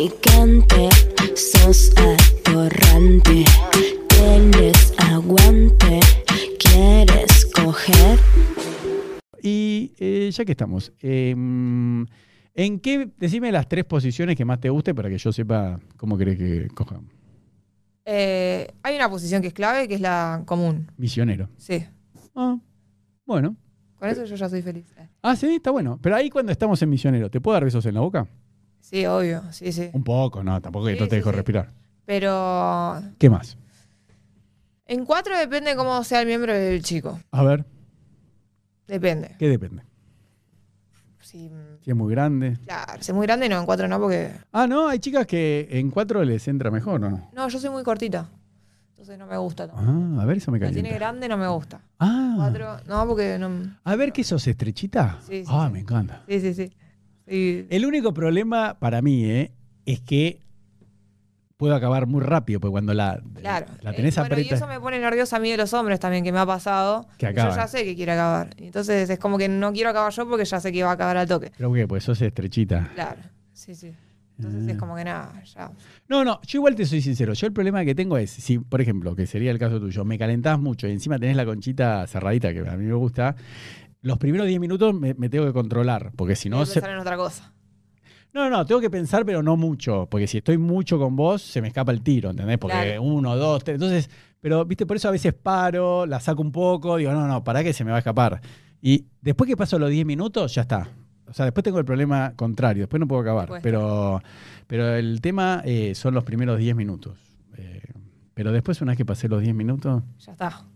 atorrante, sos atorrante. Tienes aguante, quieres coger. Y eh, ya que estamos, eh, ¿en qué? Decime las tres posiciones que más te guste para que yo sepa cómo querés que coja. Eh, hay una posición que es clave, que es la común. Misionero. Sí. Ah, bueno. Con eso yo ya soy feliz. Eh. Ah, sí, está bueno. Pero ahí cuando estamos en misionero, ¿te puedo dar besos en la boca? Sí, obvio. Sí, sí. Un poco, no, tampoco que Sí, yo te sí, dejo sí. respirar. Pero ¿Qué más? en cuatro depende cómo sea el miembro del chico. A ver, Depende. ¿qué depende? Si, Si es muy grande. claro, si es muy grande, no, en cuatro no, porque. Ah, no, hay chicas que en cuatro les entra mejor, ¿o no? No, yo soy muy cortita. Entonces no me gusta tanto. Ah, a ver, eso me Si tiene calienta. grande no me gusta. Ah, Cuatro, no, porque no. a ver, ¿qué sos, estrechita? Sí, sí, Ah, sí. me encanta. Sí, sí, sí. Sí. El único problema para mí eh, es que puedo acabar muy rápido, porque cuando la, Claro. la tenés Eh, bueno, y apretada. eso me pone nerviosa a mí de los hombres también, que me ha pasado. Que Y acaban. Yo ya sé que quiere acabar. Entonces es como que no quiero acabar yo porque ya sé que va a acabar al toque. Creo que pues sos estrechita. Claro. Sí, sí. Entonces Ah. es como que nada, ya. No, no, yo igual te soy sincero. Yo el problema que tengo es, si, por ejemplo, que sería el caso tuyo, me calentás mucho y encima tenés la conchita cerradita, que a mí me gusta, los primeros 10 minutos me, me tengo que controlar, porque si no... Voy a se- pensar en otra cosa. No, no, tengo que pensar, pero no mucho, porque si estoy mucho con vos, se me escapa el tiro, ¿entendés? Porque Claro. uno, dos, tres, entonces, pero, viste, por eso a veces paro, la saco un poco, digo, no, no, pará que se me va a escapar. Y después que paso los 10 minutos, ya está. O sea, después tengo el problema contrario, después no puedo acabar. Después. Pero, pero el tema eh, son los primeros 10 minutos. Eh, pero después, una vez que pasé los 10 minutos, Ya está.